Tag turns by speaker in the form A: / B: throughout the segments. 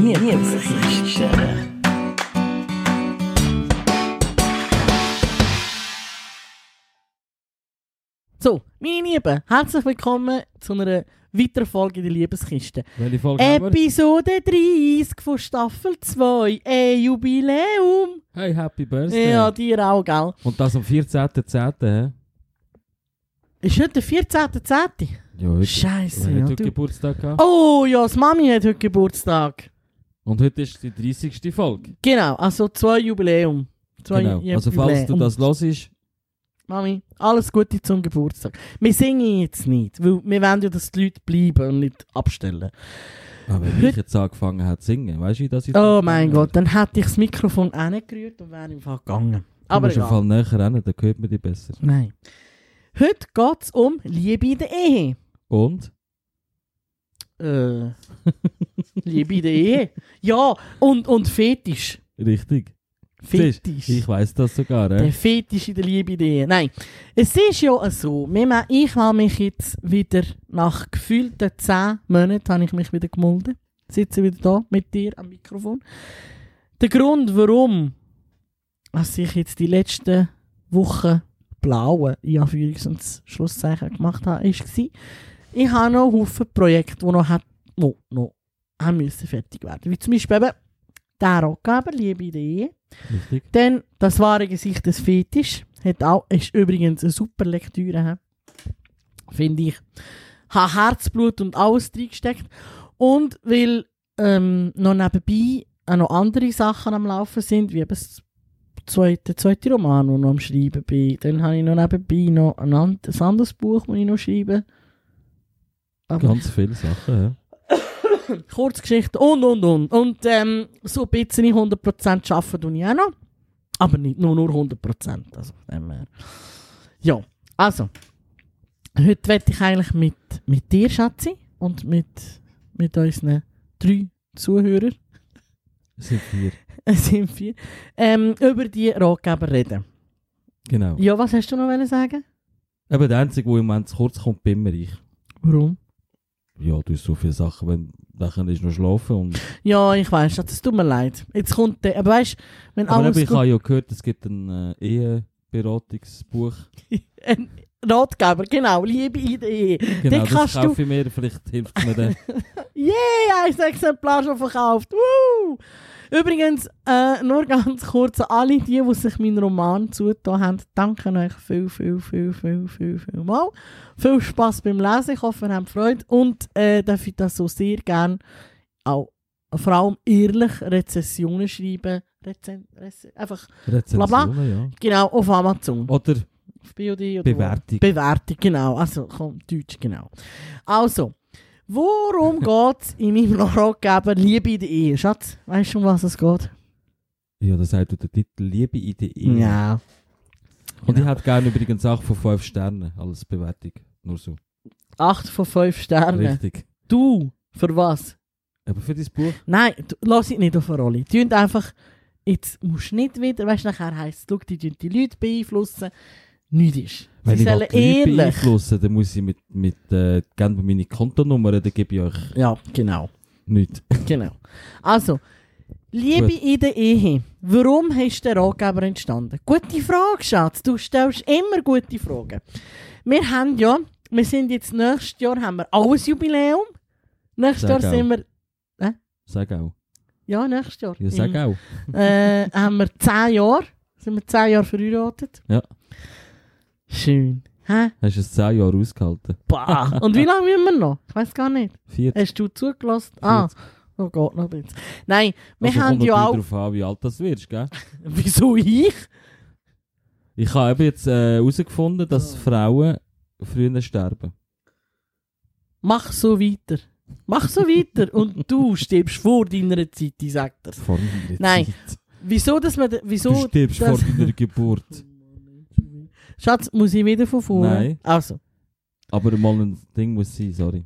A: mir kommt es nicht schneller.
B: äh.
C: So, meine Lieben, herzlich willkommen zu einer weiteren Folge der Liebeskiste.
B: Welche Folge haben wir?
C: Episode 30 von Staffel 2. Ey, Jubiläum!
B: Hey, Happy Birthday.
C: Ja, dir auch, gell?
B: Und das am 14.10. hä?
C: Ist heute der 14.10.?
B: Ja, heute.
C: Scheiße,
B: Wer hat
C: ja.
B: heute
C: Du.
B: Geburtstag gehabt?
C: Oh ja, das Mami hat heute Geburtstag.
B: Und heute ist die 30. Folge.
C: Genau, also zwei Jubiläum. Zwei
B: Genau.
C: Ju-
B: Also falls du
C: Jubiläum.
B: das hörst,
C: Mami, alles Gute zum Geburtstag. Wir singen jetzt nicht, weil wir wollen ja, dass die Leute bleiben und nicht abstellen.
B: aber wenn ich
C: Heute-
B: jetzt angefangen habe zu singen, weißt du, wie das jetzt
C: Oh mein Gott, dann hätte ich das Mikrofon auch nicht gerührt und wäre im Fall gegangen. Aber
B: Aber ich
C: egal.
B: Fall näher rennen, dann hört man dich besser.
C: Nein. Heute geht es um Liebe in der Ehe.
B: Und?
C: Äh, Liebe in der Ehe. Ja, und, und Fetisch.
B: Richtig. Siehst,
C: Fetisch.
B: Ich weiß das sogar,
C: Der
B: hä?
C: Fetisch in der Liebe in der Ehe. Nein, es ist ja so, wir ma- ich habe mich jetzt wieder nach gefühlten 10 Monaten habe ich mich wieder gemeldet. Sitze wieder da mit dir am Mikrofon. Der Grund, warum was ich jetzt die letzten Wochen blaue, in Anführungs- und Schlusszeichen gemacht habe, war, ich habe noch Haufen Projekte, die noch, hat, wo noch haben müssen fertig werden Wie zum Beispiel eben der Rockgeber, Liebe in der Ehe.
B: Richtig.
C: Dann das wahre Gesicht des Fetisch. Hat auch, ist übrigens eine super Lektüre. hä? Finde ich. Habe Herzblut und alles reingesteckt. Und weil ähm, noch nebenbei auch noch andere Sachen am Laufen sind, wie eben das zweite, zweite Roman, den ich noch am Schreiben bin. Dann habe ich noch nebenbei noch ein, and ein anderes Buch, das ich noch schreibe. Aber
B: Ganz viele Sachen, hä?
C: Kurzgeschichten und und und. Und ähm, so ein bisschen 100% arbeiten tue ich auch noch. Aber nicht nur, nur 100%. Also, von dem her. Ja, also. Heute werde ich eigentlich mit, mit dir, Schatzi, und mit, mit unseren drei Zuhörern,
B: Es sind vier.
C: es sind vier, ähm, über die Ratgeber reden.
B: Genau.
C: Ja, was hast du noch wollen sagen?
B: Aber der Einzige, der im Moment zu kurz kommt, bin immer ich.
C: Warum?
B: Ja, du hast so viele Sachen, wenn nachher ist noch schlafen und
C: Ja, ich weiß, es tut mir leid. Jetzt kommt der, aber weißt wenn
B: Aber
C: alles
B: eben, ich
C: gut...
B: habe ja gehört, es gibt ein äh, Eheberatungsbuch.
C: Ein
B: halt-
C: Ratgeber, genau, Liebe Idee.
B: Genau,
C: Den
B: das
C: kannst
B: kaufe ich mir, vielleicht hilft es mir dann.
C: Yay, ein Exemplar schon verkauft. Woo! Übrigens, äh, nur ganz kurz an alle die, die sich meinen Roman zugetan haben, danke euch viel, viel, viel, viel, viel, viel mal. Viel Spass beim Lesen, ich hoffe, ihr habt Freude und äh, darf ich das so sehr gerne auch vor allem ehrlich Rezessionen schreiben. Rezen Reze einfach
B: Rezensionen,
C: Bla,
B: ja.
C: genau auf Amazon.
B: Oder
C: Auf BOD oder wo?
B: Bewertung.
C: Bewertung, genau. Also, komm, Deutsch, genau. Also, worum geht es in meinem Ratgeber Liebe in der Ehe? Schatz, weißt du, um was es geht?
B: ja, das sagt ja der Titel Liebe in der Ehe.
C: Ja. genau.
B: Und ich hätte gerne übrigens auch von 5 Sternen als Bewertung. Nur so.
C: Acht von fünf Sternen.
B: Richtig.
C: Du, für was?
B: Aber für dein Buch?
C: Nein, du- lass es nicht auf eine Rolle. Tönt einfach, jetzt musst du nicht wieder, weißt du, nachher heisst es, schau, die tun die Leute beeinflussen. Nichts ist.
B: Wenn
C: Sie
B: ich will
C: sollen
B: die Leute
C: ehrlich.
B: beeinflussen, dann muss ich mit, mit äh, gerne meine Kontonummer, dann gebe ich euch
C: Ja, genau.
B: nichts.
C: Genau. Also, Liebe
B: Gut.
C: in der Ehe. Warum ist der Ratgeber entstanden? Gute Frage, Schatz. Du stellst immer gute Fragen. Wir haben ja, wir sind jetzt nächstes Jahr haben wir auch ein Jubiläum. Nächstes
B: Sag
C: Jahr
B: auch.
C: sind wir,
B: Sag auch.
C: ja, nächstes Jahr.
B: Ja, sag
C: im,
B: auch.
C: äh, haben wir zehn Jahre. Sind wir zehn Jahre verheiratet?
B: Ja.
C: Schön. Hä?
B: Hast du es 10 Jahre ausgehalten?
C: Bah. Und wie lange müssen wir noch? Ich weiß gar nicht.
B: 40.
C: Hast du zugelassen? Ah, oh Gott, noch ein bisschen. Nein, wir
B: also
C: haben
B: kommt
C: ja
B: natürlich
C: auch.
B: darauf an, wie alt das wirst, gell?
C: Wieso ich?
B: Ich habe eben jetzt äh, herausgefunden, dass
C: So.
B: Frauen früher sterben.
C: Mach so weiter. Mach so weiter. Und du stirbst vor deiner Zeit, die sagt er.
B: Vor deiner
C: Nein.
B: Zeit.
C: Wieso, dass man. da-
B: Du
C: Wieso.
B: stirbst
C: das-
B: vor deiner Geburt.
C: Schatz, muss ich wieder von vorne?
B: Nein.
C: Also,
B: Aber mal ein Ding muss sein, sorry.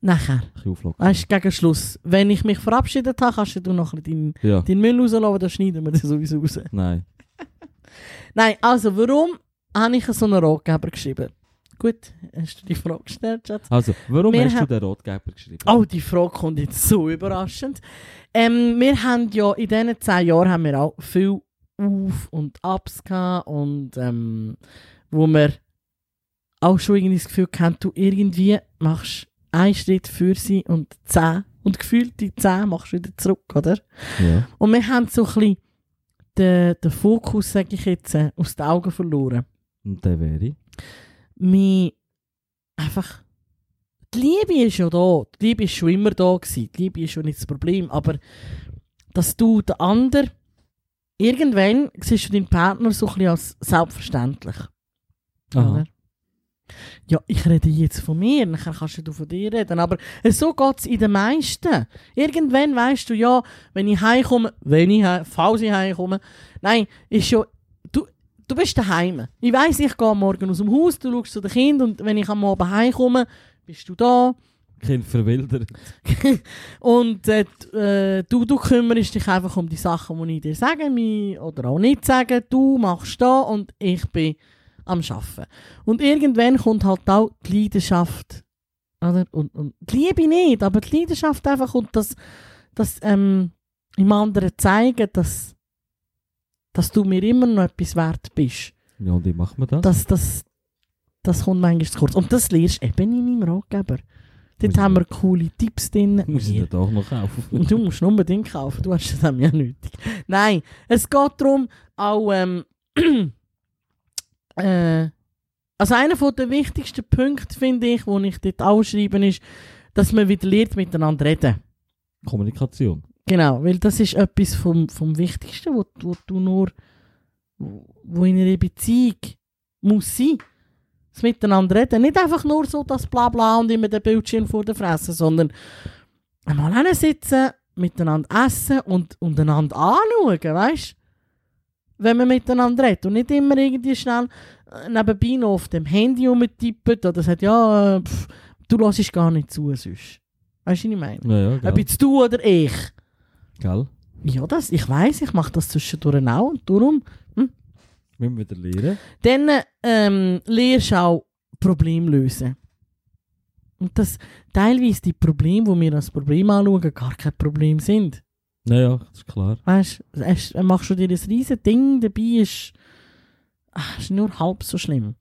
C: nachher.
B: Ich auflocken.
C: Weißt du, gegen Schluss. Wenn ich mich verabschiedet habe, kannst du nachher deinen
B: Ja,
C: dein Müll rauslassen, dann schneiden wir das sowieso raus.
B: nein.
C: Nein, also, warum habe ich so einen Ratgeber geschrieben? Gut, hast du die Frage gestellt, Schatz?
B: Also, warum
C: Wir
B: hast du
C: haben-
B: den Rotgeber geschrieben?
C: Oh, die Frage kommt jetzt so überraschend. Ähm, wir haben ja in diesen zehn Jahren haben wir auch viel Auf- und Abs gehabt und ähm, wo wir auch schon irgendwie das Gefühl hatten, du irgendwie machst einen Schritt für sie und zehn und gefühlt die zehn machst du wieder zurück, oder?
B: Ja.
C: Und wir haben so ein bisschen den, den Fokus, sage ich jetzt, äh, aus den Augen verloren.
B: Und der wäre?
C: Mir einfach. Die Liebe ist ja da. Die Liebe ist schon immer da. Gewesen. Die Liebe ist schon nicht das Problem. Aber dass du den anderen. Irgendwann siehst du deinen Partner so ein bisschen als selbstverständlich.
B: Aha.
C: Oder? Ja, ich rede jetzt von mir, nachher kannst du von dir reden. Aber so geht es in den meisten. Irgendwann weißt du ja, wenn ich heimkomme, wenn ich heim, falls ich heimkomme, nein, ist ja, du, du bist daheim. Ich weiss, ich gehe morgen aus dem Haus, du schaust zu den Kind und wenn ich am Abend heimkomme, bist du da.
B: Kind verwildert.
C: Und äh, d- äh, du, du kümmerst dich einfach um die Sachen, die ich dir sage mi- oder auch nicht sage. Du machst da und ich bin am Arbeiten. Und irgendwann kommt halt auch die Leidenschaft. Oder? Und, und die Liebe nicht, aber die Leidenschaft einfach und das, das ähm, im anderen zeigen, dass, dass du mir immer noch etwas wert bist.
B: Ja, und wie macht man das?
C: Das, das, das kommt manchmal zu kurz. Und das lernst du eben in meinem Ratgeber. Dort
B: Muss ich-
C: haben wir coole Tipps drin.
B: Muss ich
C: Wir-
B: den doch noch kaufen.
C: und du musst ihn unbedingt kaufen, du hast es dem ja nötig. Nein, es geht darum, auch. Ähm, äh, also, einer von der wichtigsten Punkte, finde ich, wo ich dort ausschreiben ist, dass man wieder lernt, miteinander reden.
B: Kommunikation.
C: Genau, weil das ist etwas vom, vom Wichtigsten, wo, wo du nur. wo in einer Beziehung muss sein. Das Miteinander reden. Nicht einfach nur so das Blabla und immer den Bildschirm vor der Fresse, sondern einmal sitzen, miteinander essen und, und einander anschauen, weißt du? Wenn man miteinander redet und nicht immer irgendwie schnell äh, nebenbei noch auf dem Handy rumtippen oder sagt, ja, äh, pff, du hörst gar nicht zu sonst. Weißt du, was ich meine?
B: Ja, ja,
C: Ob
B: gell.
C: jetzt du oder ich.
B: gell?
C: Ja, das, ich weiß, ich mache das zwischendurch auch und darum.
B: Müssen wir wieder lernen.
C: Dann ähm, lernst du auch Probleme lösen. Und dass teilweise die Probleme, die wir als Problem anschauen, gar kein Problem sind.
B: Naja, das ist klar.
C: Weißt du, hast- machst du dir ein riesiges Ding, dabei ist, ah, ist nur halb so schlimm.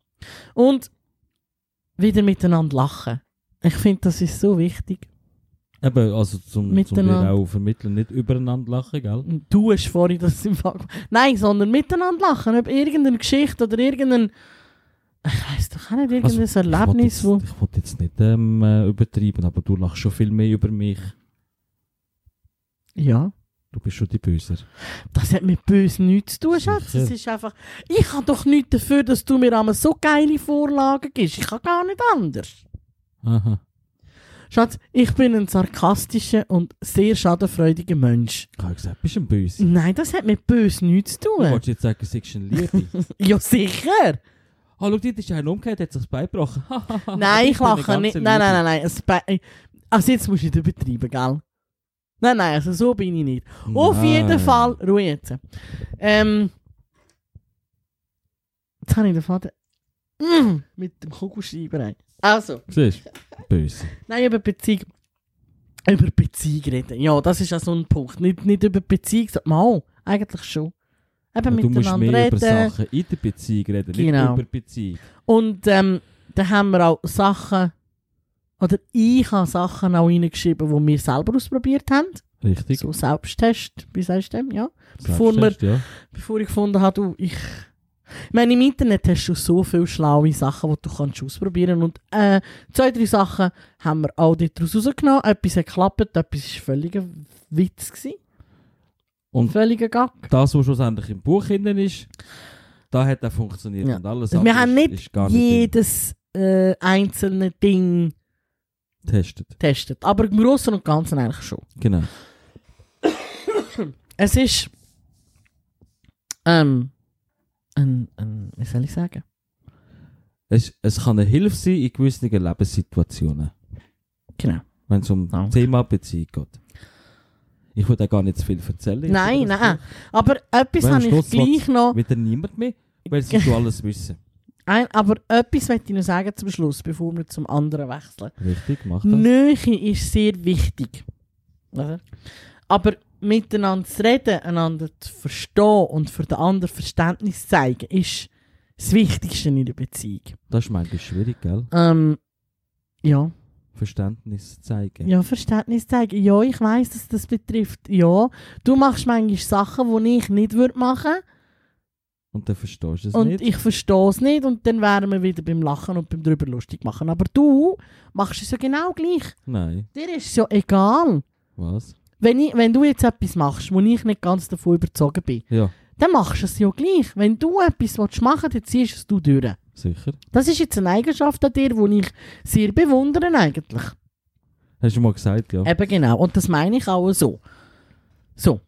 C: Und wieder miteinander lachen. Ich finde, das ist so wichtig.
B: Eben, also zum, zum dir
C: Miteinander.
B: auch vermitteln, nicht übereinander lachen, gell?
C: Und Du hast vorhin das im Fall gemacht. Nein, sondern miteinander lachen. Ob irgendeine Geschichte oder irgendein. Ich weiß doch auch nicht, irgendein Erlebnis,
B: ich
C: wo.
B: wollte jetzt, ich wollte jetzt nicht ähm, äh, übertreiben, aber du lachst schon viel mehr über mich.
C: Ja.
B: Du bist schon die Böser.
C: Das hat mit böse nichts zu tun, Schatz.
B: Sicher.
C: Es ist einfach. Ich habe doch nichts dafür, dass du mir einmal so geile Vorlagen gibst. Ich kann gar nicht anders.
B: Aha.
C: Schatz, ich bin ein sarkastischer und sehr schadenfreudiger Mensch.
B: Ich habe gesagt, bist du ein Böser?
C: Nein, das hat mit böse nichts zu
B: Du
C: tun.
B: wolltest jetzt sagen, du seist ein Liebe.
C: Ja, sicher.
B: Ah, schau, dort ist einer umgekehrt, hat sich das Bein gebrochen.
C: Nein, ich
B: bin eine
C: lache
B: ganze
C: nicht. Nein,
B: Liebe.
C: nein, nein, nein. Es bei- Also jetzt musst du nicht übertreiben, gell? Nein, nein, also so bin ich nicht. Auf jeden
B: Nein.
C: Fall, Ruhe jetzt. Ähm, jetzt habe ich den Vater mm, mit dem Kugelschreiber ein. Also,
B: Siehst du? Böse.
C: nein, über Beziehung. Über Beziehung reden. Ja, das ist ja so ein Punkt. Nicht, nicht über Beziehung, sondern mal, eigentlich schon. Eben
B: Du musst
C: miteinander
B: mehr über
C: reden.
B: Sachen in der Beziehung reden,
C: Genau.
B: nicht über Beziehung.
C: Und ähm, da haben wir auch Sachen, oder ich habe Sachen auch reingeschrieben, die wir selber ausprobiert haben.
B: Richtig?
C: So Selbsttest, wie sagst du dem, ja? Bevor wir,
B: Selbstverständlich, ja.
C: bevor ich gefunden habe, du, ich... Ich meine, im Internet hast du so viele schlaue Sachen, die du kannst ausprobieren kannst. Und äh, zwei, drei Sachen haben wir auch daraus rausgenommen. Etwas hat geklappt, etwas war völliger Witz. Gewesen.
B: Und
C: Völliger Gag.
B: das, was schlussendlich im Buch hinten ist, da hat er funktioniert
C: Ja.
B: und alles
C: Wir
B: andere
C: haben
B: ist-
C: nicht
B: ist gar nicht
C: Jedes äh, einzelne Ding
B: getestet.
C: testet. Aber im Großen und Ganzen eigentlich schon.
B: Genau.
C: Es ist ähm, ein, ein, wie soll ich sagen?
B: Es, es kann eine Hilfe sein in gewissen Lebenssituationen,
C: Genau.
B: wenn es um
C: Danke.
B: Thema Beziehung geht. Ich will da gar nicht zu viel erzählen.
C: Nein,
B: Das
C: nein. Aber etwas
B: Weil am
C: habe ich
B: Schluss
C: gleich noch.
B: Wird dann niemand mehr, weil sie schon alles wissen.
C: Ein, aber etwas möchte ich noch sagen zum Schluss, bevor wir zum anderen wechseln.
B: Richtig, mach das.
C: Nähe ist sehr wichtig. Oder? Aber miteinander zu reden, einander zu verstehen und für den anderen Verständnis zu zeigen, ist das Wichtigste in der Beziehung.
B: Das ist manchmal schwierig, gell?
C: Ähm, ja.
B: Verständnis zeigen.
C: ja, Verständnis zeigen. Ja, ich weiß, dass das betrifft. Ja, du machst manchmal Sachen, die ich nicht würd machen würde.
B: Und dann verstehst du es
C: Und
B: nicht.
C: ich verstehe es nicht und dann wären wir wieder beim Lachen und beim drüber lustig machen. Aber du machst es ja genau gleich.
B: Nein.
C: Dir ist es ja egal.
B: Was?
C: Wenn, ich, wenn du jetzt etwas machst, wo ich nicht ganz davon überzogen bin,
B: Ja,
C: dann machst du es ja gleich. Wenn du etwas willst machen willst, dann ziehst es du es durch.
B: sicher.
C: Das ist jetzt eine Eigenschaft an dir, die ich sehr bewundere eigentlich.
B: Hast du mal gesagt, ja.
C: Eben genau. Und das meine ich auch so. So.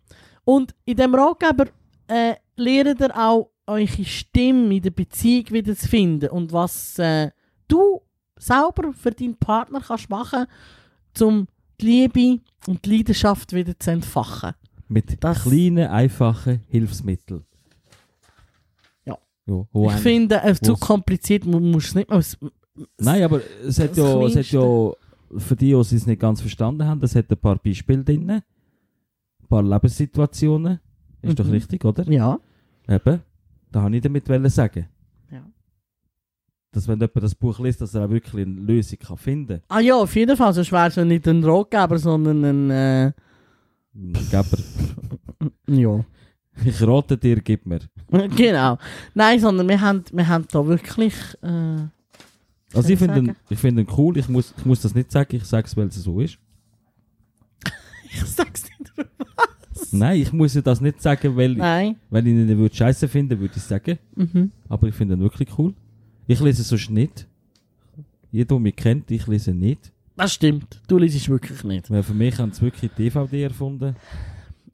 C: Und in dem Ratgeber äh, lernt ihr auch, eure Stimme in der Beziehung wieder zu finden und was äh, du selber für deinen Partner kannst machen um die Liebe und die Leidenschaft wieder zu entfachen.
B: Mit
C: das-
B: kleinen, einfachen Hilfsmitteln.
C: Ja.
B: ja
C: Ich finde, äh, zu kompliziert mu- musst du es nicht mal. Es-
B: Nein, aber es hat
C: Das
B: ja, es hat
C: Kleinste.
B: ja, für die, die es nicht ganz verstanden haben, es hat ein paar Beispiele drin, ein paar Lebenssituationen. Ist doch
C: Mhm.
B: richtig, oder?
C: Ja.
B: Eben. Da wollte ich damit wollen sagen.
C: Ja.
B: Dass wenn jemand das Buch liest, dass er auch wirklich eine Lösung kann finden
C: Ah ja, auf jeden Fall, sonst wäre es ja nicht ein Ratgeber, sondern ein. Äh,
B: kann. Geber.
C: ja.
B: Ich rate dir, gib mir.
C: genau. Nein, sondern wir haben, wir haben da wirklich. Äh,
B: Also
C: Soll
B: ich
C: ich
B: finde
C: sagen?
B: ihn, ich finde ihn cool, ich muss, ich muss das nicht sagen, ich sage es, weil es so ist.
C: ich sag's nicht.
B: Nein, ich muss ja das nicht sagen, weil,
C: Nein.
B: weil ich ihn nicht würde scheiße finden würde ich sagen.
C: Mhm.
B: Aber ich finde ihn wirklich cool. Ich lese es sonst nicht. Jeder, der mich kennt, ich lese nicht.
C: Das stimmt. Du liest es wirklich nicht.
B: Weil für mich haben sie wirklich DVD erfunden.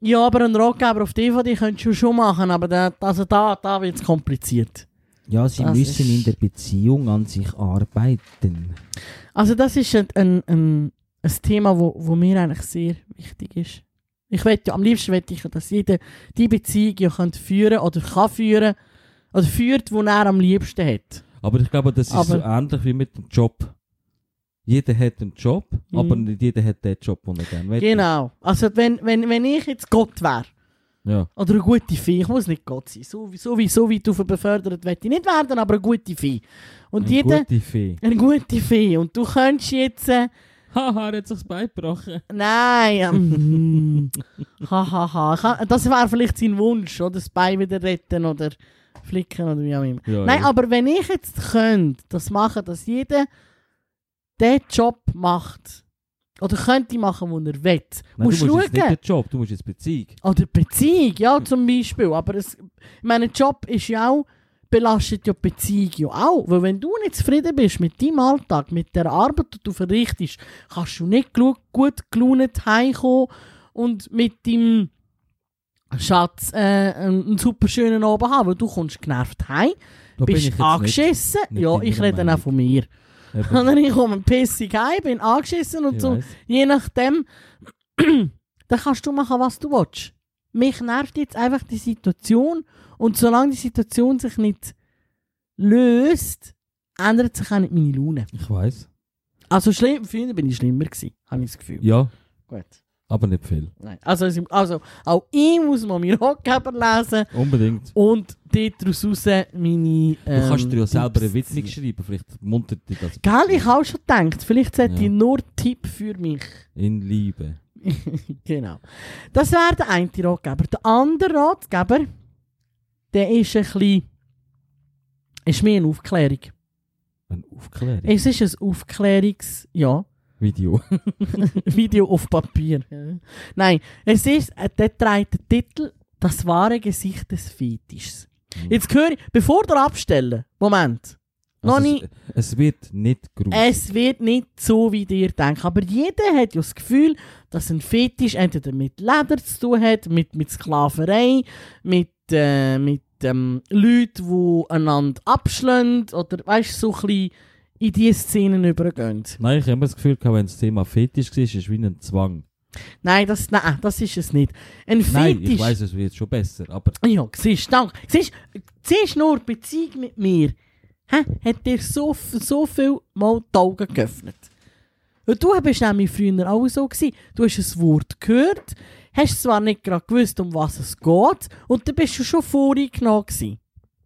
C: Ja, aber einen Ratgeber auf DVD könntest du schon machen, aber da, also da, da wird's kompliziert.
B: Ja, sie
C: Das müssen ist- in der
B: Beziehung an sich arbeiten.
C: Also das ist ein, ein, ein, ein Thema, wo, wo mir eigentlich sehr wichtig ist. Ich wette, ja- am liebsten wette ich, ja, dass jeder die Beziehung ja könnte führen oder kann führen oder führt, die er am liebsten hat.
B: Aber ich glaube, das ist
C: Aber-
B: so ähnlich wie mit dem Job. Jeder hat einen Job,
C: Mhm.
B: aber nicht jeder hat den Job, den er gerne will.
C: Genau. Also wenn, wenn, wenn ich jetzt Gott wäre,
B: Ja.
C: Oder eine gute Fee. Ich muss nicht Gott sein. So, wie- so, wie, so weit auf befördert will ich nicht werden, aber eine gute Fee. Und
B: eine
C: jeder.
B: gute Fee.
C: Eine gute Fee. Und du könntest jetzt. Äh,
B: Haha, er hat sich das Bein gebrochen.
C: nein. ähm, Hahaha. Ich ha- das wäre vielleicht sein Wunsch, oder? Das Bein wieder retten oder flicken oder wie auch immer.
B: Oh Ja,
C: Nein,
B: ja.
C: aber wenn ich jetzt könnte, das machen, dass jeder den Job macht. Oder könnte machen, den er will.
B: Nein,
C: musst
B: du musst jetzt
C: schauen.
B: nicht den Job, du musst jetzt Beziehung.
C: Oder Beziehung, ja, zum Beispiel. Aber es, ich meine, Job ist ja auch, belastet ja die Beziehung ja auch. Weil wenn du nicht zufrieden bist mit deinem Alltag, mit der Arbeit, die du verrichtest, kannst du nicht glu- gut gelaunt heimkommen und mit deinem Schatz äh, einen einen super schönen Abend haben, weil du kommst genervt heim,
B: Da bin ich
C: bist
B: jetzt
C: angeschissen.
B: nicht
C: ja,
B: deiner
C: ich rede dann auch von
B: Meinung.
C: mir.
B: nicht. Eben,
C: Sondern ich komme pissig heim, bin angeschissen und
B: ich
C: so
B: weiss.
C: je nachdem, dann kannst du machen, was du willst. Mich nervt jetzt einfach die Situation und solange die Situation sich nicht löst, ändert sich auch nicht meine Laune.
B: Ich weiß.
C: Also schlimm, früher bin ich schlimmer gewesen, habe ich das Gefühl.
B: Ja,
C: Gut.
B: aber nicht viel.
C: Nein. Also, es- also auch ich muss mal meinen Rockgeber lesen
B: Unbedingt.
C: und dort daraus raus meine ähm,
B: Du kannst dir ja selber eine
C: Tipps
B: Widmung
C: ziehen.
B: schreiben, vielleicht muntert dich das.
C: Gell, ich habe auch schon gedacht, vielleicht sollte
B: Ja.
C: ich nur Tipp für mich.
B: In Liebe.
C: Genau. Das wäre der eine Ratgeber. Der andere Ratgeber, der ist ein bisschen, ist mehr eine Aufklärung.
B: Ein Aufklärungsvideo.
C: Es ist ein Aufklärungs, ja, Video auf Papier. Nein, es ist, äh, der trägt den Titel «Das wahre Gesicht des Fetischs».
B: Hm.
C: Jetzt höre ich, bevor der abstellen, Moment. Noch
B: Also
C: nicht.
B: Es, es wird nicht gruselig.
C: Es wird nicht so, wie ihr denkt. Aber jeder hat ja das Gefühl, dass ein Fetisch entweder mit Leder zu tun hat, mit, mit Sklaverei, mit, äh, mit ähm, Leuten, die einander abschlönen oder weißt, so ein bisschen in diese Szenen übergehen.
B: Nein, ich habe immer das Gefühl, gehabt, wenn das Thema Fetisch war, ist es wie ein Zwang.
C: Nein, das, nein, das ist es nicht. Ein
B: Nein,
C: Fetisch.
B: ich weiß, es wird schon besser, aber
C: Ja, siehst du, danke. Siehst, siehst nur, Beziehung mit mir hä, hat dir so, f- so viel mal die Augen geöffnet. Weil du bist nämlich früher auch so gewesen. Du hast ein Wort gehört, hast zwar nicht gerade gewusst, um was es geht, und dann bist du schon voreingenommen gewesen.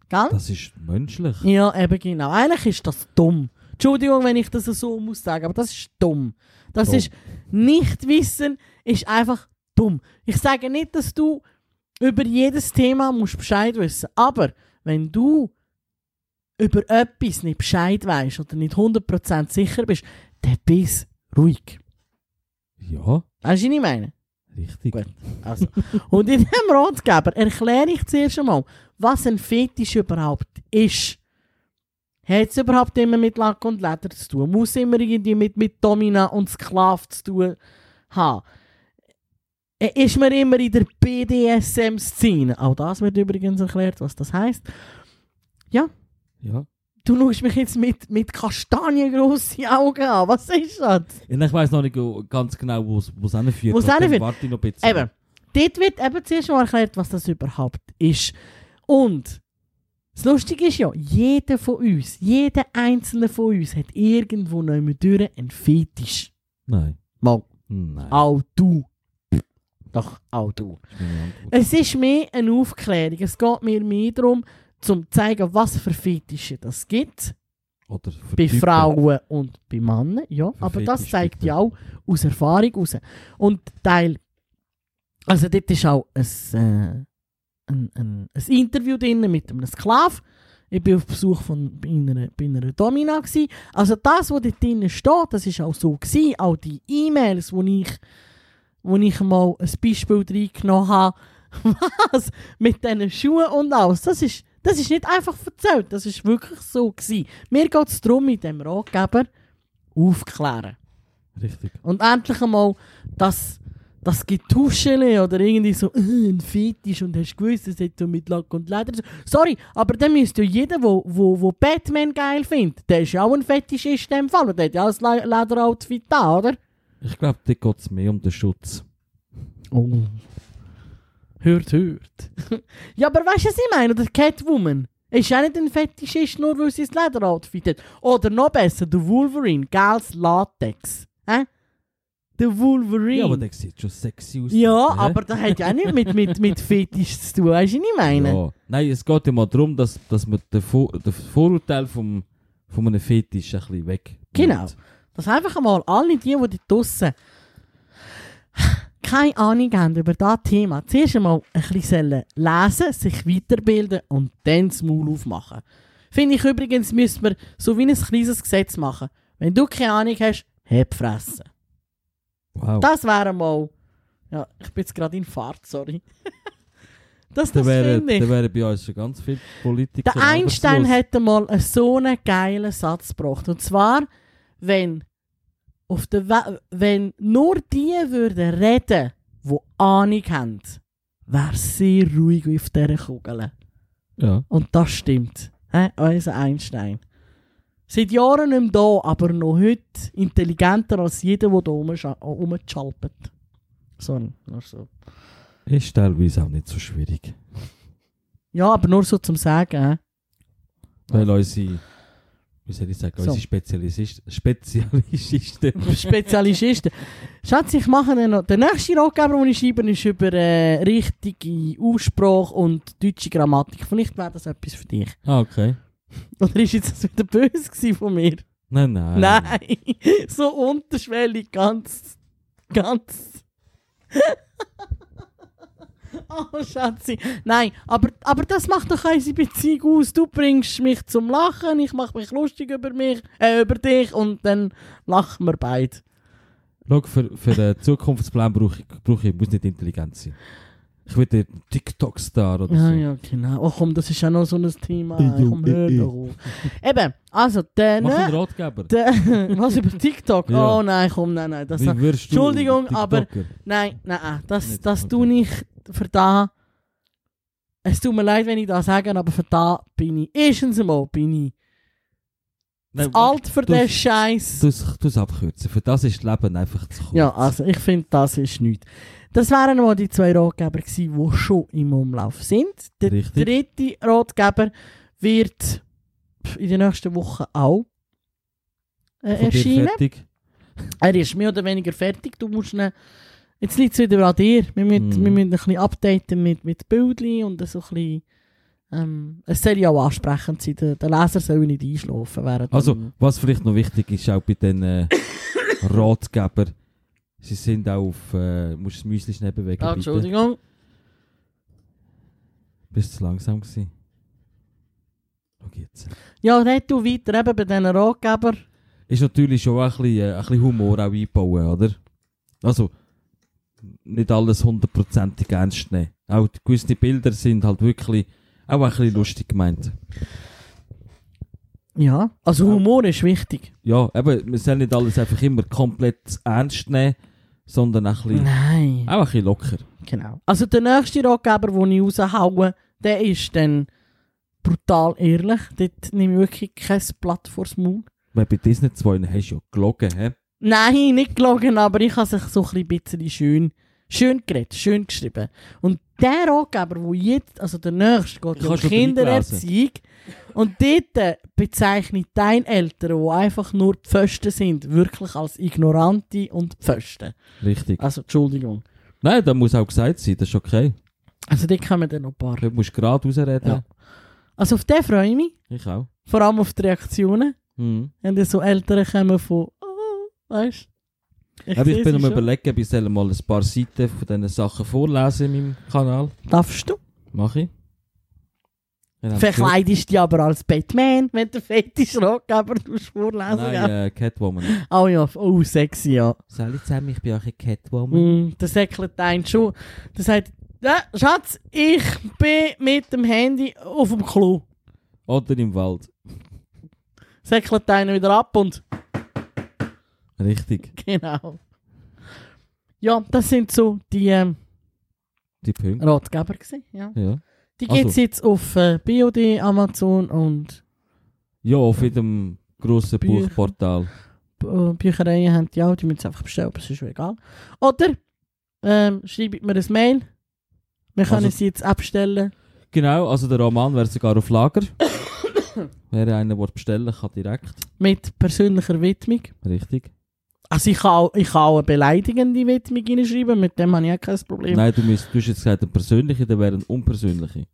C: Gell?
B: Das ist menschlich.
C: Ja, eben genau. Eigentlich ist das dumm. Entschuldigung, wenn ich das so muss sagen, aber das ist dumm. Das
B: Dumm.
C: ist nicht wissen, ist einfach dumm. Ich sage nicht, dass du über jedes Thema musst Bescheid wissen, aber wenn du über etwas nicht Bescheid weißt oder nicht 100% sicher bist, dann bist du ruhig.
B: Ja,
C: Weißt du, was ich meine?
B: richtig.
C: Gut. Also. Und in diesem Ratgeber erkläre ich zuerst einmal, was ein Fetisch überhaupt ist. Hat es überhaupt immer mit Lack und Leder zu tun? Muss immer irgendwie mit, mit Domina und Sklav zu tun haben? Äh, Ist man immer in der BDSM-Szene? Auch das wird übrigens erklärt, was das heisst.
B: Ja.
C: Du schaust mich jetzt mit, mit kastaniengrossen Augen an. Was ist das?
B: Und ich weiß noch nicht go- ganz genau, wo es hinführt.
C: Wo's
B: Trotzdem
C: hinführt.
B: Warte ich noch ein bisschen.
C: Eben. Dort wird eben zuerst mal erklärt, was das überhaupt ist. Und das Lustige ist ja, jeder von uns, jeder einzelne von uns hat irgendwo noch im Dürren einen Fetisch.
B: Nein.
C: Mal,
B: Nein.
C: auch du. Doch, auch du.
B: ist meine Antwort.
C: Es ist mehr eine Aufklärung. Es geht mir mehr darum, zum zu zeigen, was für Fetische das gibt.
B: Oder für
C: Bei
B: Typen.
C: Frauen und bei Männern, ja.
B: Für
C: Aber das
B: Fetisch
C: zeigt
B: bitte.
C: ja auch aus Erfahrung raus. Und Teil. Also, dort ist auch ein, äh, ein, ein, ein Interview drin mit einem Sklav. Ich war auf Besuch von, bei, einer, bei einer Domina. Gewesen. Also, das, was dort drin steht, das ist auch so. Gewesen. Auch die E-Mails, wo ich, wo ich mal ein Beispiel reingenommen habe. Was? Mit diesen Schuhen und alles. Das ist, das ist nicht einfach erzählt. Das ist wirklich so. Gewesen. Mir geht es darum, mit dem Ratgeber aufklären.
B: Richtig.
C: Und endlich einmal das, das Getuschele oder irgendwie so äh, ein Fetisch und hast gewusst, das hat so mit Lack und Leder zu Sorry, aber dann müsste ja jeder, wo, wo, wo Batman geil findet, der ist ja auch ein Fetischist in dem Fall. Und der hat ja auch das Le- Lederoutfit da, oder?
B: Ich glaube, dort geht es mehr um den Schutz.
C: Oh. Hört, hört. ja, aber weißt du, was ich meine? Oder Catwoman. Ist auch nicht ein Fetischist, nur weil sie das Lederoutfit hat. Oder noch besser, der Wolverine, geiles Latex. Hä? Der Wolverine.
B: Ja, aber der sieht schon sexy aus.
C: Ja,
B: Hä?
C: aber das hat ja auch nicht mit, mit, mit Fetisch zu tun, weißt du, was ich meine?
B: Ja. Nein, es geht ja mal darum, dass, dass man den, Vor den Vorurteil vom, von einem Fetisch ein bisschen weg.
C: Genau. Dass einfach einmal alle die, die da draussen keine Ahnung haben über das Thema, zuerst einmal ein bisschen sollen lesen, sich weiterbilden und dann das Maul aufmachen. Finde ich übrigens, müssen wir so wie ein kleines Gesetz machen. Wenn du keine Ahnung hast, heb fressen.
B: Wow.
C: Das wäre mal... Ja, ich bin jetzt gerade in Fahrt, sorry. das
B: Da
C: das
B: wären
C: finde ich.
B: da wären bei uns schon ganz viele Politiker.
C: Der Einstein
B: arbeitslos.
C: hat einmal einen so einen geilen Satz gebracht. Und zwar, wenn, auf der We wenn nur die würden reden, die Ahnung haben, wäre sehr ruhig auf dieser Kugel.
B: Ja.
C: Und das stimmt. Hä? Unser Einstein. Seit Jahren nicht mehr da, aber noch heute intelligenter als jeder, der hier rumschalpert. Sorry, nur so.
B: Ist teilweise auch nicht so schwierig.
C: Ja, aber nur so zum Sagen. hä?
B: Weil unsere, wie soll ich sagen,
C: So.
B: unsere Spezialisten, Spezialisten
C: Spezialisten. Schatz, ich mache dann noch. Der nächste Ratgeber, den ich schreibe, ist über äh, richtige Aussprache und deutsche Grammatik. Vielleicht wäre das etwas für dich.
B: ah, okay.
C: Oder ist jetzt das wieder böse gewesen von mir?
B: Nein, nein.
C: Nein, so unterschwellig, ganz, ganz. oh, Schatzi. Nein, aber, aber das macht doch unsere Beziehung aus. Du bringst mich zum Lachen, ich mache mich lustig über mich, äh, über dich und dann lachen wir beide.
B: Schau, für, für den Zukunftsplan brauche ich, brauche ich, muss nicht intelligent sein. Ich will den TikTok-Star oder
C: Ja,
B: so.
C: ja, genau. Ach komm, das ist ja noch so ein Thema.
B: Ey, du,
C: komm,
B: ey,
C: hör
B: ey.
C: doch auf. Eben, also, der...
B: Mach einen
C: ne-
B: Ratgeber.
C: der- Was, über TikTok?
B: Ja.
C: Oh nein, komm, nein, nein. Das,
B: Wie wirst du
C: Entschuldigung, aber-
B: TikToker?
C: nein, nein, nein, das,
B: Nicht,
C: das
B: okay.
C: tue ich für da... Es tut mir leid, wenn ich das sage, aber für da bin ich... Erstens einmal bin ich
B: Nein,
C: alt für
B: du-
C: den Scheiß.
B: Du es abkürzen. Für das ist das Leben einfach zu kurz.
C: Ja, also ich finde, das ist nichts. Das wären mal die zwei Ratgeber gewesen, die schon im Umlauf sind. Der
B: Richtig.
C: dritte Ratgeber wird in den nächsten Wochen auch äh,
B: Von dir
C: erscheinen.
B: fertig.
C: Er ist mehr oder weniger fertig. Du musst ihn, jetzt liegt es wieder an dir. Wir müssen,
B: Mhm.
C: wir müssen ein bisschen updaten mit, mit Bildchen und so ein bisschen. Ähm, es soll ja auch ansprechend sein. Der, der Leser soll nicht einschlafen. Während
B: Also,
C: dem-
B: was vielleicht noch wichtig ist, auch bei den äh, Ratgebern, sie sind auch auf... Äh, musst du das Müsli schnell bewegen,
C: ah,
B: bitte.
C: Entschuldigung.
B: Bist du zu langsam gewesen? Schau jetzt.
C: Ja, red du weiter eben bei diesen Ratgebern.
B: Ist natürlich schon ein bisschen, äh, ein bisschen Humor auch einbauen, oder? Also, nicht alles hundertprozentig ernst nehmen. Auch die- gewisse Bilder sind halt wirklich auch ein bisschen lustig gemeint.
C: Ja, also
B: Ja.
C: Humor ist wichtig.
B: Ja, eben, man soll nicht alles einfach immer komplett ernst nehmen, sondern ein bisschen,
C: Nein.
B: auch ein bisschen locker.
C: Genau. Also der nächste Ratgeber, den ich raushaue, der ist dann brutal ehrlich. Dort nehme ich wirklich kein Blatt vors Maul.
B: Weil bei Disney 2 hast du ja gelogen, hä?
C: Nein, nicht gelogen, aber ich habe es so ein bisschen schön, schön geredet, schön geschrieben. Und der Ratgeber, der jetzt, also der nächste, geht
B: Ich
C: ja um
B: habe schon
C: Kindererziehung. Und dort äh, bezeichnet dein Eltern, die einfach nur Pfosten sind, wirklich als Ignorante und Pfosten.
B: Richtig.
C: Also, Entschuldigung.
B: Nein, das muss auch gesagt sein, das ist okay.
C: Also, dort kommen dann noch ein paar.
B: Du musst gerade rausreden.
C: Ja. Also, auf den freue ich mich.
B: Ich auch.
C: Vor allem auf die Reaktionen.
B: Mhm.
C: Wenn dann so Eltern kommen von, oh, weißt du.
B: Aber ich
C: sehe
B: bin
C: sie
B: am
C: schon.
B: überlegen, ob ich soll mal ein paar Seiten von diesen Sachen vorlesen in meinem Kanal.
C: Darfst du?
B: Mache ich. Genau. Dann haben sie gehört.
C: Verkleidest dich aber als Batman, wenn der fetisch Rockgeber vorlesen
B: Nein, äh, Catwoman.
C: Oh ja, oh sexy, ja.
B: Soll ich sagen, ich bin auch eine Catwoman?
C: Mm, der säckelt einen schon. Der sagt, ja, Schatz, ich bin mit dem Handy auf dem Klo.
B: Oder im Wald.
C: Säckelt einen wieder ab und
B: Richtig.
C: genau. Ja, das sind so die ähm,
B: Die Punkte.
C: Ratgeber gewesen, ja.
B: Ja.
C: Die
B: Also.
C: gibt es jetzt auf äh, BioD, Amazon und
B: ja, auf jedem grossen
C: Bücher.
B: Buchportal.
C: B- Büchereien haben die auch, die müssen es einfach bestellen, aber es ist schon dus egal. Oder ähm, schreibt mir ein Mail. Wir können
B: Also-
C: sie jetzt abstellen.
B: Genau, also der Roman wäre sogar auf Lager. Wer einen will bestellen kann direkt.
C: Mit persönlicher Widmung.
B: Richtig.
C: Also ich kann, auch- ich kann auch eine beleidigende Widmung hineinschreiben, mit dem habe ich auch kein Problem.
B: Nein, du, müsst, du hast jetzt gesagt, eine persönliche, dann wäre eine unpersönliche.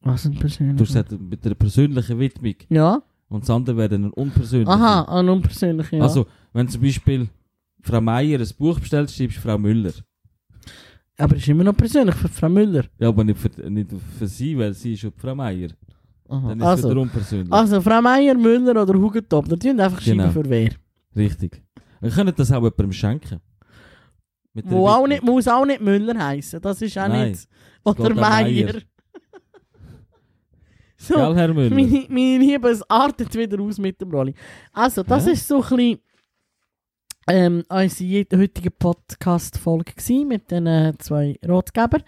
C: Was ein
B: Du hast
C: persönlicher?
B: gesagt, mit einer persönlichen Widmung.
C: Ja?
B: Und das andere wäre eine unpersönliche.
C: Aha, ein unpersönlicher, ja.
B: Also, wenn zum Beispiel Frau Meier ein Buch bestellt, schreibst du Frau Müller.
C: Aber ist immer noch persönlich für Frau Müller.
B: Ja, aber nicht für, nicht für sie, weil sie ist ja Frau Meier.
C: Aha.
B: Dann ist es
C: Also,
B: wieder
C: Ah.
B: unpersönlich.
C: also Frau Meier, Müller oder Hugentobler, die haben einfach
B: Genau.
C: schreiben für wer.
B: Richtig. Wir können das auch jemandem schenken. Mit der
C: Wo auch
B: Widmung.
C: nicht, muss auch nicht Müller heißen. das ist auch
B: Nein.
C: nicht... Oder
B: geht an
C: Meier.
B: Meier.
C: so,
B: Gell, Herr Müller?
C: Meine, meine Liebe, es artet wieder aus mit dem Rolli. Also, das
B: Ja.
C: ist so ein bisschen ähm, unsere jed- heutige Podcast-Folge gewesen mit den äh, zwei Ratgebern.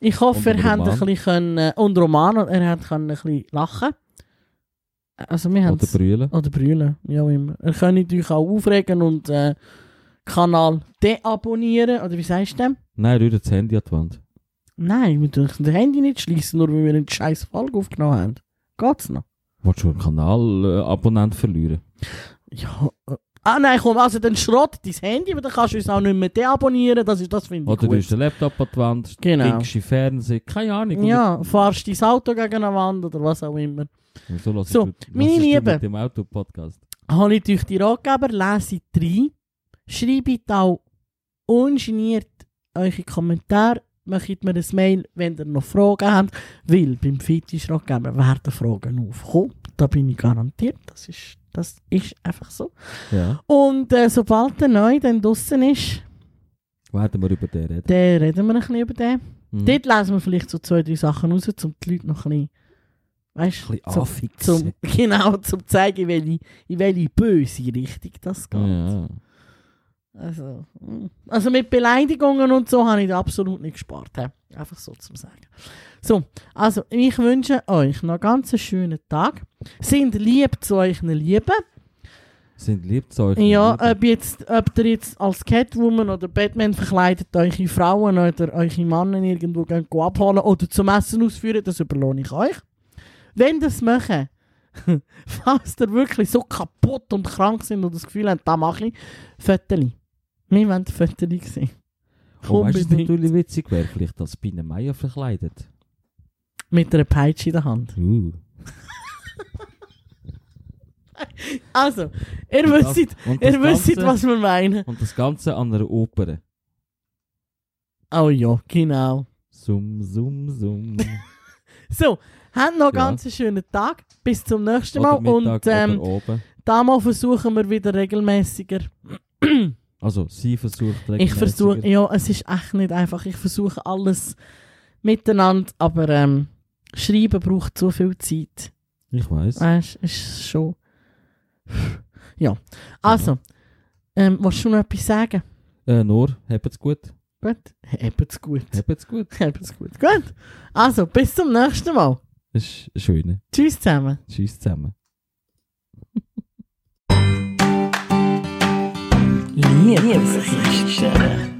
C: Ich hoffe,
B: Und
C: ihr
B: dem
C: habt ein
B: Roman.
C: bisschen können, äh, und Roman, und ihr habt können ein bisschen lachen. Also, wir haben
B: Oder brüllen.
C: oder brüllen, wie auch immer. Ihr könnt euch auch aufregen und äh, Kanal deabonnieren, oder wie sagst du dem?
B: Nein, rühr das Handy an die Wand.
C: Nein, wir dürfen das Handy nicht schließen, nur weil wir eine scheiß Folge aufgenommen haben. Geht's noch?
B: Willst du einen Kanalabonnent verlieren?
C: Ja. äh, Ah nein, komm, also dann schrott dein Handy, aber dann kannst du uns auch nicht mehr deabonnieren, das, ist, das finde ich
B: Oder du
C: gut.
B: hast den Laptop an die Wand,
C: Genau.
B: klickst im Fernsehen, keine Ahnung.
C: Ja, fahrst dein Auto gegen eine Wand oder was auch immer.
B: Und So, hörst
C: So,
B: du,
C: meine
B: hörst du
C: Lieben.
B: Mit dem Autopodcast.
C: Holt euch die Ratgeber, leset rein, schreibt auch ungeniert eure Kommentare, macht mir ein Mail, wenn ihr noch Fragen habt, weil beim Fetisch-Ratgeber werden Fragen aufkommen, da bin ich garantiert, das ist, das ist einfach so.
B: Ja.
C: Und äh, sobald der Neue dann draussen ist,
B: Werden wir über den reden.
C: dann reden wir ein bisschen über den.
B: Mhm.
C: Dort lesen wir vielleicht so zwei, drei Sachen raus, um die Leute noch ein bisschen, weißt,
B: Ein bisschen
C: zum,
B: anfixen.
C: zum, genau, zum zeigen, in welche, in welche böse Richtung das geht.
B: Ja.
C: Also, mm. also mit Beleidigungen und so habe ich da absolut nicht gespart. He. Einfach so zum Sagen. So, also ich wünsche euch noch ganz einen schönen Tag. Sind lieb zu euch Lieben.
B: Sind lieb zu euch.
C: Ja,
B: Lieben.
C: ob, jetzt, ob ihr jetzt als Catwoman oder Batman verkleidet eure Frauen oder eure Männer irgendwo gehen abholen oder zum Essen ausführen, das überlohne ich euch. Wenn das machen, falls ihr wirklich so kaputt und krank sind und das Gefühl habt, da mache ich, Fötterli. Wir wollen Fötterli sehen.
B: Und Oh, weißt du, was
C: äh, Unbedingt.
B: natürlich witzig wäre? Vielleicht als Bienenmeier verkleidet.
C: Mit einer Peitsche in der Hand.
B: Uh.
C: Also, ihr
B: das-
C: wisst,
B: und das
C: ihr wisst,
B: Ganze-
C: was wir meinen.
B: Und das Ganze an einer Oper.
C: Oh ja, genau.
B: Sum, sum, sum.
C: So, habt noch
B: Ja.
C: ganz einen schönen Tag. Bis zum nächsten Mal.
B: oder Mittag
C: Und ähm,
B: oder oben.
C: da mal versuchen wir wieder regelmäßiger.
B: Also, sie versucht
C: Ich
B: regelmäßiger.
C: versuche, ja, es ist echt nicht einfach. Ich versuche alles miteinander, aber ähm, Schreiben braucht zu viel Zeit.
B: Ich weiss.
C: Weißt du, ist schon. Ja. Also, ähm, willst du noch etwas sagen?
B: Äh, nur, habt's gut.
C: Gut. Habt's gut.
B: Habt's gut.
C: Habt's gut. Gut. Also, bis zum nächsten Mal.
B: Das ist eine schöne.
C: Tschüss zusammen.
B: Tschüss zusammen.
A: Liebesgeschichte.